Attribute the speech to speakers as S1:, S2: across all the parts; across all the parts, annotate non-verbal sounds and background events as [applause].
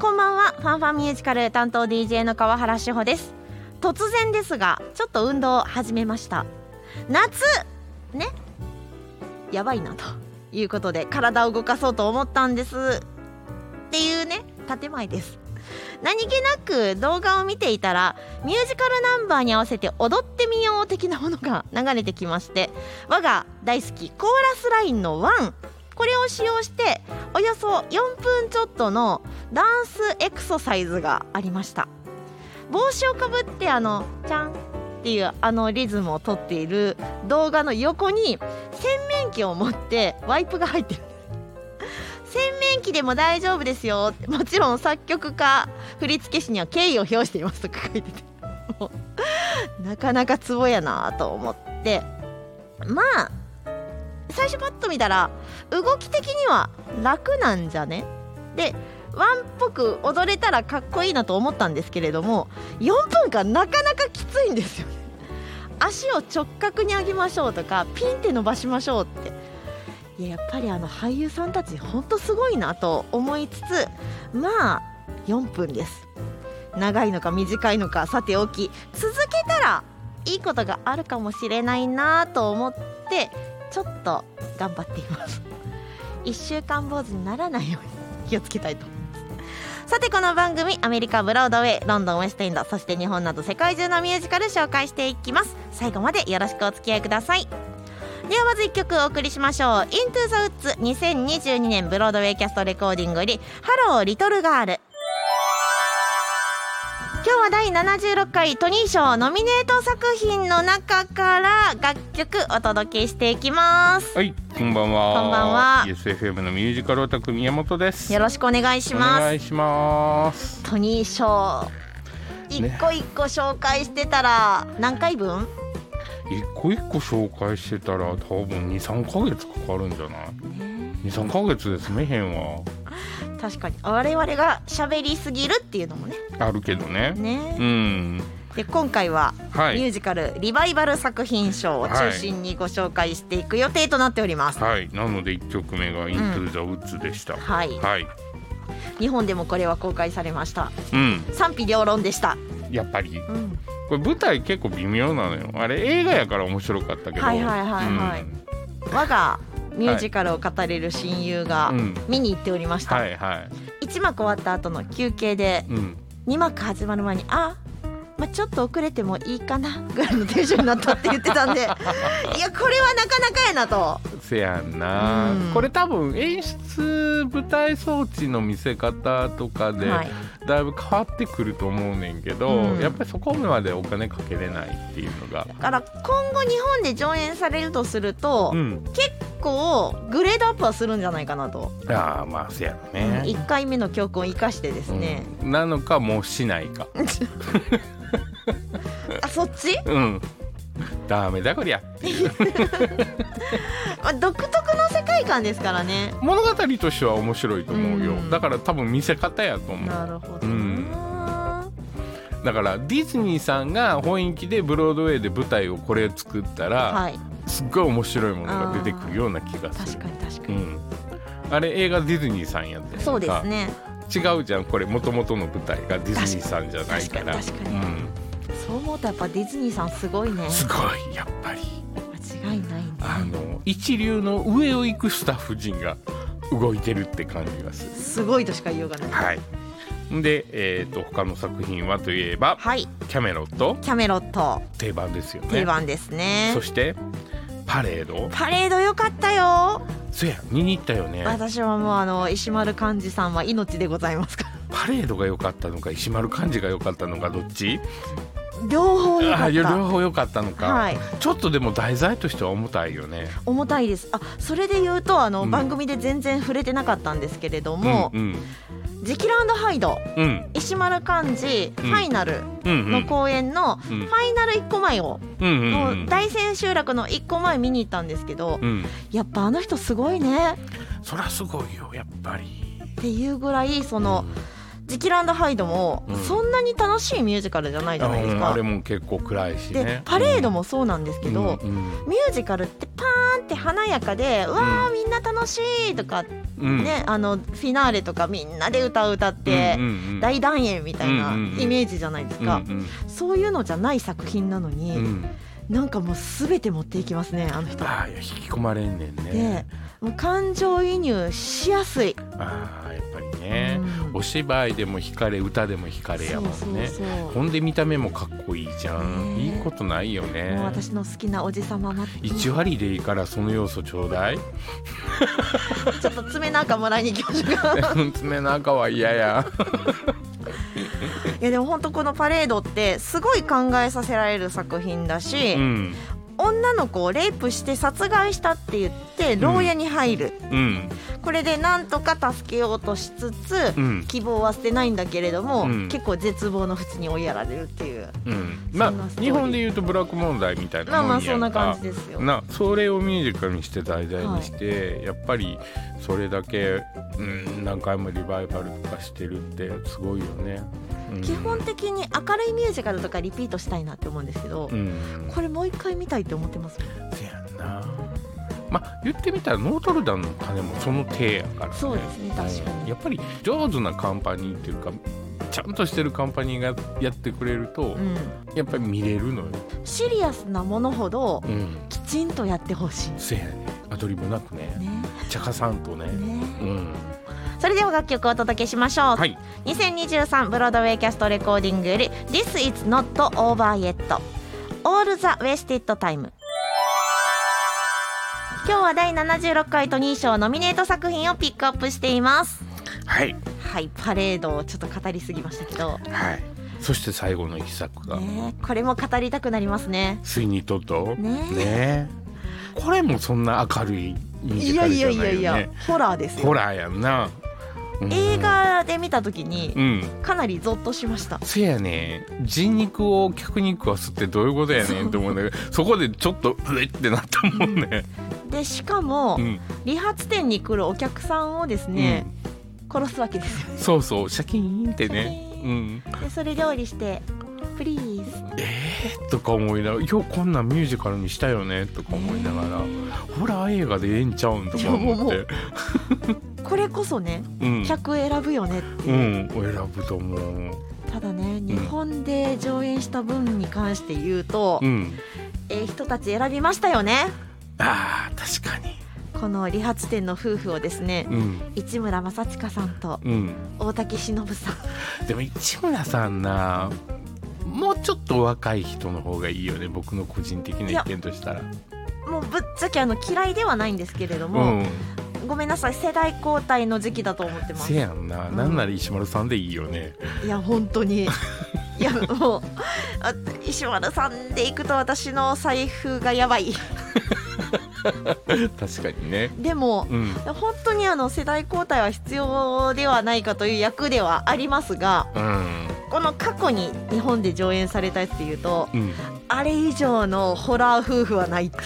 S1: ファンファンミュージカル担当 DJ の川原志保です突然ですがちょっと運動を始めました夏ねやばいなということで体を動かそうと思ったんですっていうね建前です何気なく動画を見ていたらミュージカルナンバーに合わせて踊ってみよう的なものが流れてきまして我が大好きコーラスラインの1これを使用しておよそ4分ちょっとのダンスエクササイズがありました帽子をかぶってあの「ちゃん」っていうあのリズムをとっている動画の横に洗面器を持ってワイプが入ってる洗面器でも大丈夫ですよもちろん作曲家振付師には敬意を表していますとか書いててもうなかなかツボやなと思ってまあ最初パッと見たら動き的には楽なんじゃねでワンっぽく踊れたらかっこいいなと思ったんですけれども4分間なかなかきついんですよね [laughs] 足を直角に上げましょうとかピンって伸ばしましょうっていややっぱりあの俳優さんたちほんとすごいなと思いつつまあ4分です長いのか短いのかさておき続けたらいいことがあるかもしれないなと思ってちょっと頑張っています1週間坊主にならないように気をつけたいと思いますさてこの番組アメリカブロードウェイロンドンウェストエンドそして日本など世界中のミュージカル紹介していきます最後までよろしくお付き合いくださいではまず1曲お送りしましょう「Into the Woods」2022年ブロードウェイキャストレコーディングより「ハローリトルガール」今日は第76回トニー賞ノミネート作品の中から楽曲お届けしていきます
S2: はい、こんばんは。
S1: こんばんは
S2: SFM のミュージカルオタク宮本です。
S1: よ
S2: ろ
S1: ろしくお願いし
S2: お
S1: ま
S2: 願
S1: す
S2: いします。
S1: トニー賞一個一個紹介してたら何回分
S2: 一個一個紹介してたら多分二三ヶ月かかるんじゃない？二三ヶ月で済めへんわ。
S1: 確かに我々が喋りすぎるっていうのもね
S2: あるけどね。う
S1: ね
S2: ん。
S1: で今回は
S2: は
S1: ミュー
S2: い。
S1: ジカルリバイバル作品賞を中心にご紹介していく予定となっております、
S2: はい。なので一曲目が Into the Woods でした。
S1: はい
S2: はい。
S1: 日本でもこれは公開されました
S2: うん。
S1: 賛否両論でした、
S2: やっぱり
S1: うん、
S2: これ舞台結構微妙なのよ。あれ映画やから面白かったけど。
S1: はいはいはいはい
S2: うん
S1: 我がミュージカルを語れる親友が
S2: うん
S1: 見に行っておりました、
S2: はいは
S1: 一1幕終わった後の休憩で
S2: い。うん。
S1: 2幕始まる前にあまあ、ちょっと遅れてもいいかなぐらいのテンションになったって言ってた
S2: [laughs]
S1: んでいやこれはなかなかやなと
S2: せやんな、
S1: うん
S2: これ多分演出舞台装置の見せ方とかで
S1: はい
S2: だいぶ変わってくると思うねんけど、
S1: うん
S2: やっぱりそこまでお金かけれないっていうのが、
S1: だから今後日本で上演されるとすると、
S2: うん、
S1: 結構グレードアップはするんじゃないかなと、
S2: ああまあせやろ
S1: 一
S2: ね、
S1: 1回目の教訓を生かしてですね、
S2: うんなのかもうしないか
S1: あそっち、
S2: うんダメだこりゃ
S1: まあ、独特の世界観ですからね
S2: 物語としては面白いと思うよ、
S1: うん
S2: だから多分見せ方やと思う
S1: なるほど
S2: うん
S1: な、
S2: だからディズニーさんが本域でブロードウェイで舞台をこれ作ったら、
S1: はい
S2: すっごい面白いものが出てくるような気がす
S1: 確
S2: る
S1: かに確か
S2: う
S1: に、
S2: ん、あれ映画ディズニーさんやって
S1: そうですね
S2: 違うじゃんこれもともとの舞台がディズニーさんじゃないから
S1: 確かに確かに
S2: うん、
S1: そう思うとやっぱディズニーさんすごいね
S2: すごいやっぱり
S1: 間違いないね
S2: あの一流の上を行くスタッフ陣が動いてるって感じがする
S1: すごいとしか言いようがない
S2: はいで、えー、と他の作品はといえば
S1: はい
S2: 「キャメロット
S1: キャメロット」
S2: 定番ですよね
S1: 定番ですね
S2: そして「パレード
S1: パレード良かったよ、」
S2: そや見に行ったよね
S1: 私はもうあの石丸幹二さんは命でございます
S2: [laughs]
S1: から
S2: パレードが良かったのか石丸幹二が良かったのかどっち
S1: 両方良
S2: あ
S1: か
S2: あ
S1: っ
S2: いや
S1: た
S2: 両方良かったのか、
S1: はい
S2: ちょっとでも題材としては重たいよね。
S1: 重たいですあそれで言うとあの、
S2: うん
S1: 番組で全然触れてなかったんですけれども
S2: うん
S1: 「ジキルハイド」
S2: うんうん
S1: 石丸幹二フ
S2: うん
S1: ァイナル
S2: うんう
S1: の
S2: ん
S1: 公演のフ
S2: うん
S1: ァイナル1個前を、
S2: うんうん
S1: も
S2: う
S1: うん大千秋楽の1個前見に行ったんですけど、
S2: うん
S1: やっぱあの人すごいね
S2: そりゃすごいよやっぱり。
S1: っていうぐらいその「ジキルハイド」も
S2: うん
S1: そんなに楽しいミュージカルじゃないじゃないです
S2: うん
S1: か
S2: あれ。も結構暗いし
S1: で
S2: ね。
S1: パレード
S2: も
S1: もそうなんですけど、
S2: うんうん
S1: ミュージカルってパーーンって華やかでうわー、
S2: う
S1: みんな楽しいとかね、
S2: うん、
S1: あのフィナーレとかみんなで歌を歌って
S2: うんうんうん、
S1: 大団円みたいな
S2: うんうんうん
S1: イメージじゃないですか、
S2: うん
S1: そういうのじゃない作品なの
S2: う
S1: に、
S2: んうん、
S1: なんかもう全て持っていきますねあの人。
S2: ああいや引き込まれんねん
S1: で
S2: ね
S1: もう感情移入しやすい。
S2: ああやっぱりね、
S1: うん
S2: お芝居でも惹かれ歌でも惹かれやもんね
S1: そうそうそう
S2: ほんで見た目もかっこいいじゃん、
S1: ねえ
S2: いいことないよね
S1: もう私の好きなおじさまも
S2: 1割でいいからその要素ちょうだい [laughs]
S1: ちょっと爪なんかもらいに行きましょう
S2: [laughs]
S1: か
S2: 爪の赤は嫌や
S1: いやでも本当このパレードってすごい考えさせられる作品だし、
S2: うん
S1: 女の子をレイプして殺害したって言って牢屋に入る、
S2: うん
S1: これでなんとか助けようとしつつ、
S2: うん
S1: 希望は捨てないんだけれども、
S2: うん
S1: 結構絶望の淵に追いやられるっていう
S2: うんまあ
S1: そんなストーリー
S2: 日本で言うとブラック問題みたいな
S1: まあま
S2: も
S1: あ
S2: んや
S1: そん
S2: んか
S1: な感じですよ。
S2: なそれをミュージカルにして題材にして、やっぱりそれだけ、うん、何回もリバイバルとかしてるってすごいよね。うん
S1: 基本的に明るいミュージカルとかリピートしたいなって思うんですけど、
S2: うん、
S1: これもう一回見たいって思ってますもん
S2: せやんなまあ言ってみたらノートルダムの鐘もその手やからね
S1: そうですね確かに
S2: うんやっぱり上手なカンパニーっていうかちゃんとしてるカンパニーがやってくれると、
S1: うん、
S2: やっぱり見れるのよ、
S1: シリアスなものほど
S2: うん、
S1: きちんとやってほしい。
S2: せやねアドリブなくね
S1: ね
S2: 茶化さんとね
S1: ね
S2: うん
S1: それでは楽曲をお届けしましょう、
S2: はい
S1: 2023ブロードウェイキャストレコーディングより「This is not over yet」「All the wasted time」今日は第76回トニー賞ノミネート作品をピックアップしています
S2: はい
S1: はいパレードをちょっと語りすぎましたけど、
S2: はいそして最後の一作が、
S1: ね、これも語りたくなりますね
S2: ついにとっ
S1: ね
S2: と
S1: え
S2: ねえこれもそんな明るいミュージカルじゃないよね
S1: ホラーです
S2: ホラーやんな、うん
S1: 映画で見た時に
S2: うん
S1: かなりゾッとしました
S2: せやね人肉を脚肉を吸ってどういうことやねんって思うんだけどそこでちょっとうえってなったもんね、
S1: でしかも、
S2: うん
S1: 理髪店に来るお客さんをですね、殺すわけ
S2: [laughs]
S1: ですよ
S2: うんそうそうシャキーンってね
S1: シャキ
S2: うん
S1: でそれ料理して「プリーズ
S2: とか思いながら「ようこんなんミュージカルにしたよね」とか思いながらホラー映画でええんちゃうんとか思っ
S1: いや
S2: て
S1: これこそね
S2: うん、
S1: 客選ぶよね」ってい
S2: う
S1: う、
S2: ん、お選ぶと思う
S1: ただね日本で上演した分に関して言うと、
S2: うん
S1: ええ人たち選びましたよね
S2: あー確かに
S1: この理髪店の夫婦をですね
S2: うん
S1: 市村正親さんと
S2: うん
S1: 大竹しのぶさん
S2: でも市村さんなもうちょっと若い人の方がいいよね僕の個人的な意見としたら
S1: もうぶっちゃけあの嫌いではないんですけれど
S2: う
S1: も、
S2: ん
S1: ごめんなさい世代交代の時期だと思ってます
S2: せやんな、
S1: うん
S2: なんなら石丸さんでいいよね
S1: いや本当
S2: [laughs]
S1: にいやもうあ石丸さんで行くと私の財布がやばい
S2: 確かにね
S1: でも
S2: うん
S1: 本当にあの世代交代は必要ではないかという役ではありますが
S2: うん
S1: この過去に日本で上演されたやつでいうと
S2: うん
S1: あれ以上のホラー夫婦はないって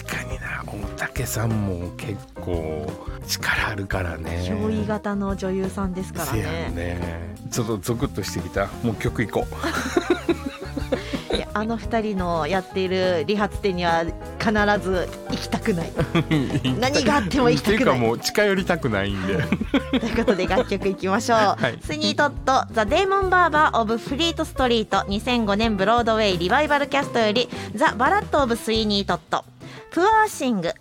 S2: 確かにな大竹さんも結構力あるからね
S1: 憑依型の女優さんですから
S2: せや
S1: ね
S2: んねちょっとゾクッとしてきたもう曲いこう
S1: いやあの二人のやっている理髪店には必ず行きたくない [laughs] 何があっても行きた
S2: ってい
S1: く
S2: うか
S1: ない
S2: もう近寄りたくないんで
S1: [laughs] ということで楽曲いきま
S2: [laughs]
S1: しょう、
S2: い
S1: スニートット「ザ・デーモン・バーバー・オブ・フリート・ストリート」2005年ブロードウェイリバイバルキャストより「ザ・バラット・オブ・スイーニー・トット」「プアーシング」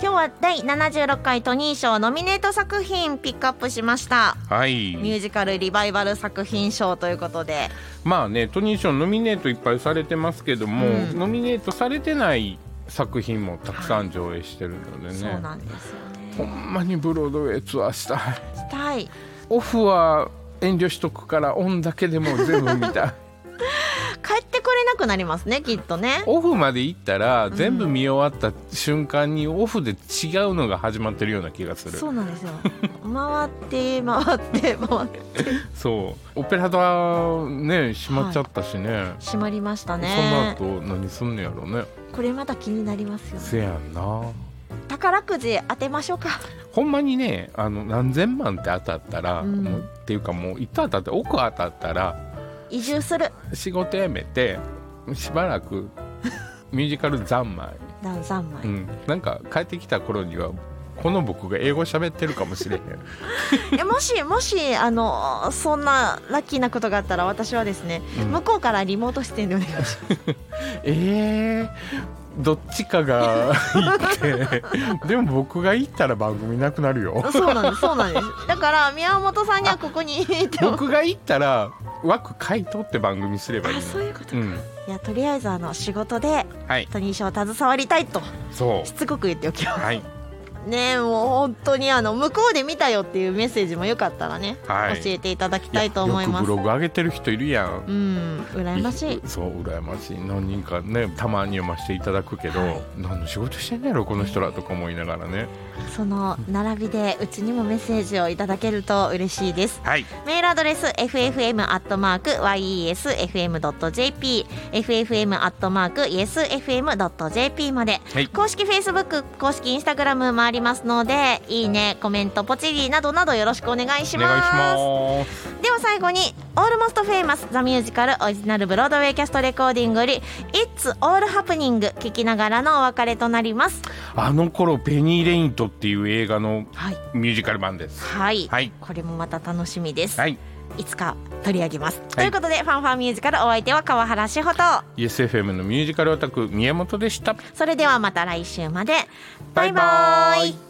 S1: 今日は第76回トニー賞ノミネート作品ピックアップしました
S2: はい
S1: ミュージカルリバイバル作品賞ということで
S2: まあねトニー賞ノミネートいっぱいされてますけども、
S1: うん
S2: ノミネートされてない作品もたくさん上映してるので
S1: そう
S2: ね、
S1: なんですよね
S2: ほんまにブロードウェイツアーしたい
S1: したい
S2: オフは遠慮しとくからオンだけでも全部見たい
S1: 帰ってくれなくなりますねきっとね
S2: [laughs] オフまで行ったら全部見終わった瞬間にオフで違うのが始まってるような気がする、
S1: そうなんですよ回って回って回って
S2: そうオペラ座ね閉まっちゃったしね、
S1: 閉まりましたね
S2: その後何すんのやろうね
S1: これまた気になりますよ
S2: せやんな
S1: 宝くじ当てましょうか
S2: ほんまにねあの何千万って当たったら、
S1: うん
S2: もうっていうかもう一旦当たって奥当たったら
S1: 移住する
S2: [laughs] 仕事辞めてしばらくミュージカル三昧、
S1: ダン三
S2: う
S1: 昧、
S2: ん、なんか帰ってきた頃にはこの僕が英語喋ってるかもしれへ
S1: [laughs]
S2: ん
S1: えもしもしあのそんなラッキーなことがあったら私はですね、
S2: うん
S1: 向こうからリモート出演でお願いします
S2: [laughs] えー、どっちかが行ってでも僕が行ったら番組なくなるよ
S1: そうなんです、そうなんです。だから宮本さんにはここにいても。
S2: 僕が行ったら枠買い取って番組すればいい
S1: あ、
S2: の
S1: そういうことか。
S2: う
S1: い
S2: ん
S1: やとりあえずあの仕事で
S2: はい
S1: トニー賞を携わりたいと
S2: そ
S1: し
S2: う
S1: つこく言っておきま
S2: はい
S1: す。ねえもう本当にあの向こうで見たよっていうメッセージもよかったらね、
S2: はい
S1: 教えていただきたいと思いま
S2: よく
S1: す。
S2: ブ
S1: う
S2: ログ上げてる人いるやん
S1: ん、羨ましい。
S2: そう羨ましい何人かねたまに読ませていただくけど、
S1: はい
S2: 何の仕事してんねやろこの人らとか思いながらね
S1: その並びでうちにもメッセージをいただけると嬉しいです。
S2: はい
S1: メールアドレス ffm.yesfm.jp ffm.yesfm.jp まで、
S2: はい
S1: 公式 Facebook 公式 Instagram もありますのでいいねコメントポチリなどなどよろしくお願いし
S2: お
S1: ます
S2: 願いします
S1: では最後に「オールモストフェイマスザミュージカルオリジナルブロードウェイキャストレコーディングより「It's All Happening」聞きながらのお別れとなります
S2: あの頃ペニー・レイントっていう映画の
S1: はい、
S2: ミュージカル版です
S1: はい
S2: はい
S1: これもまた楽しみです、、
S2: はいい
S1: つか取り上げます、ということで「ファンファンミュージカル」お相手は川原志穂と
S2: ESFM のミュージカルオタク宮本でした
S1: それではまた来週まで。バイバ
S2: バイバ
S1: イ
S2: イ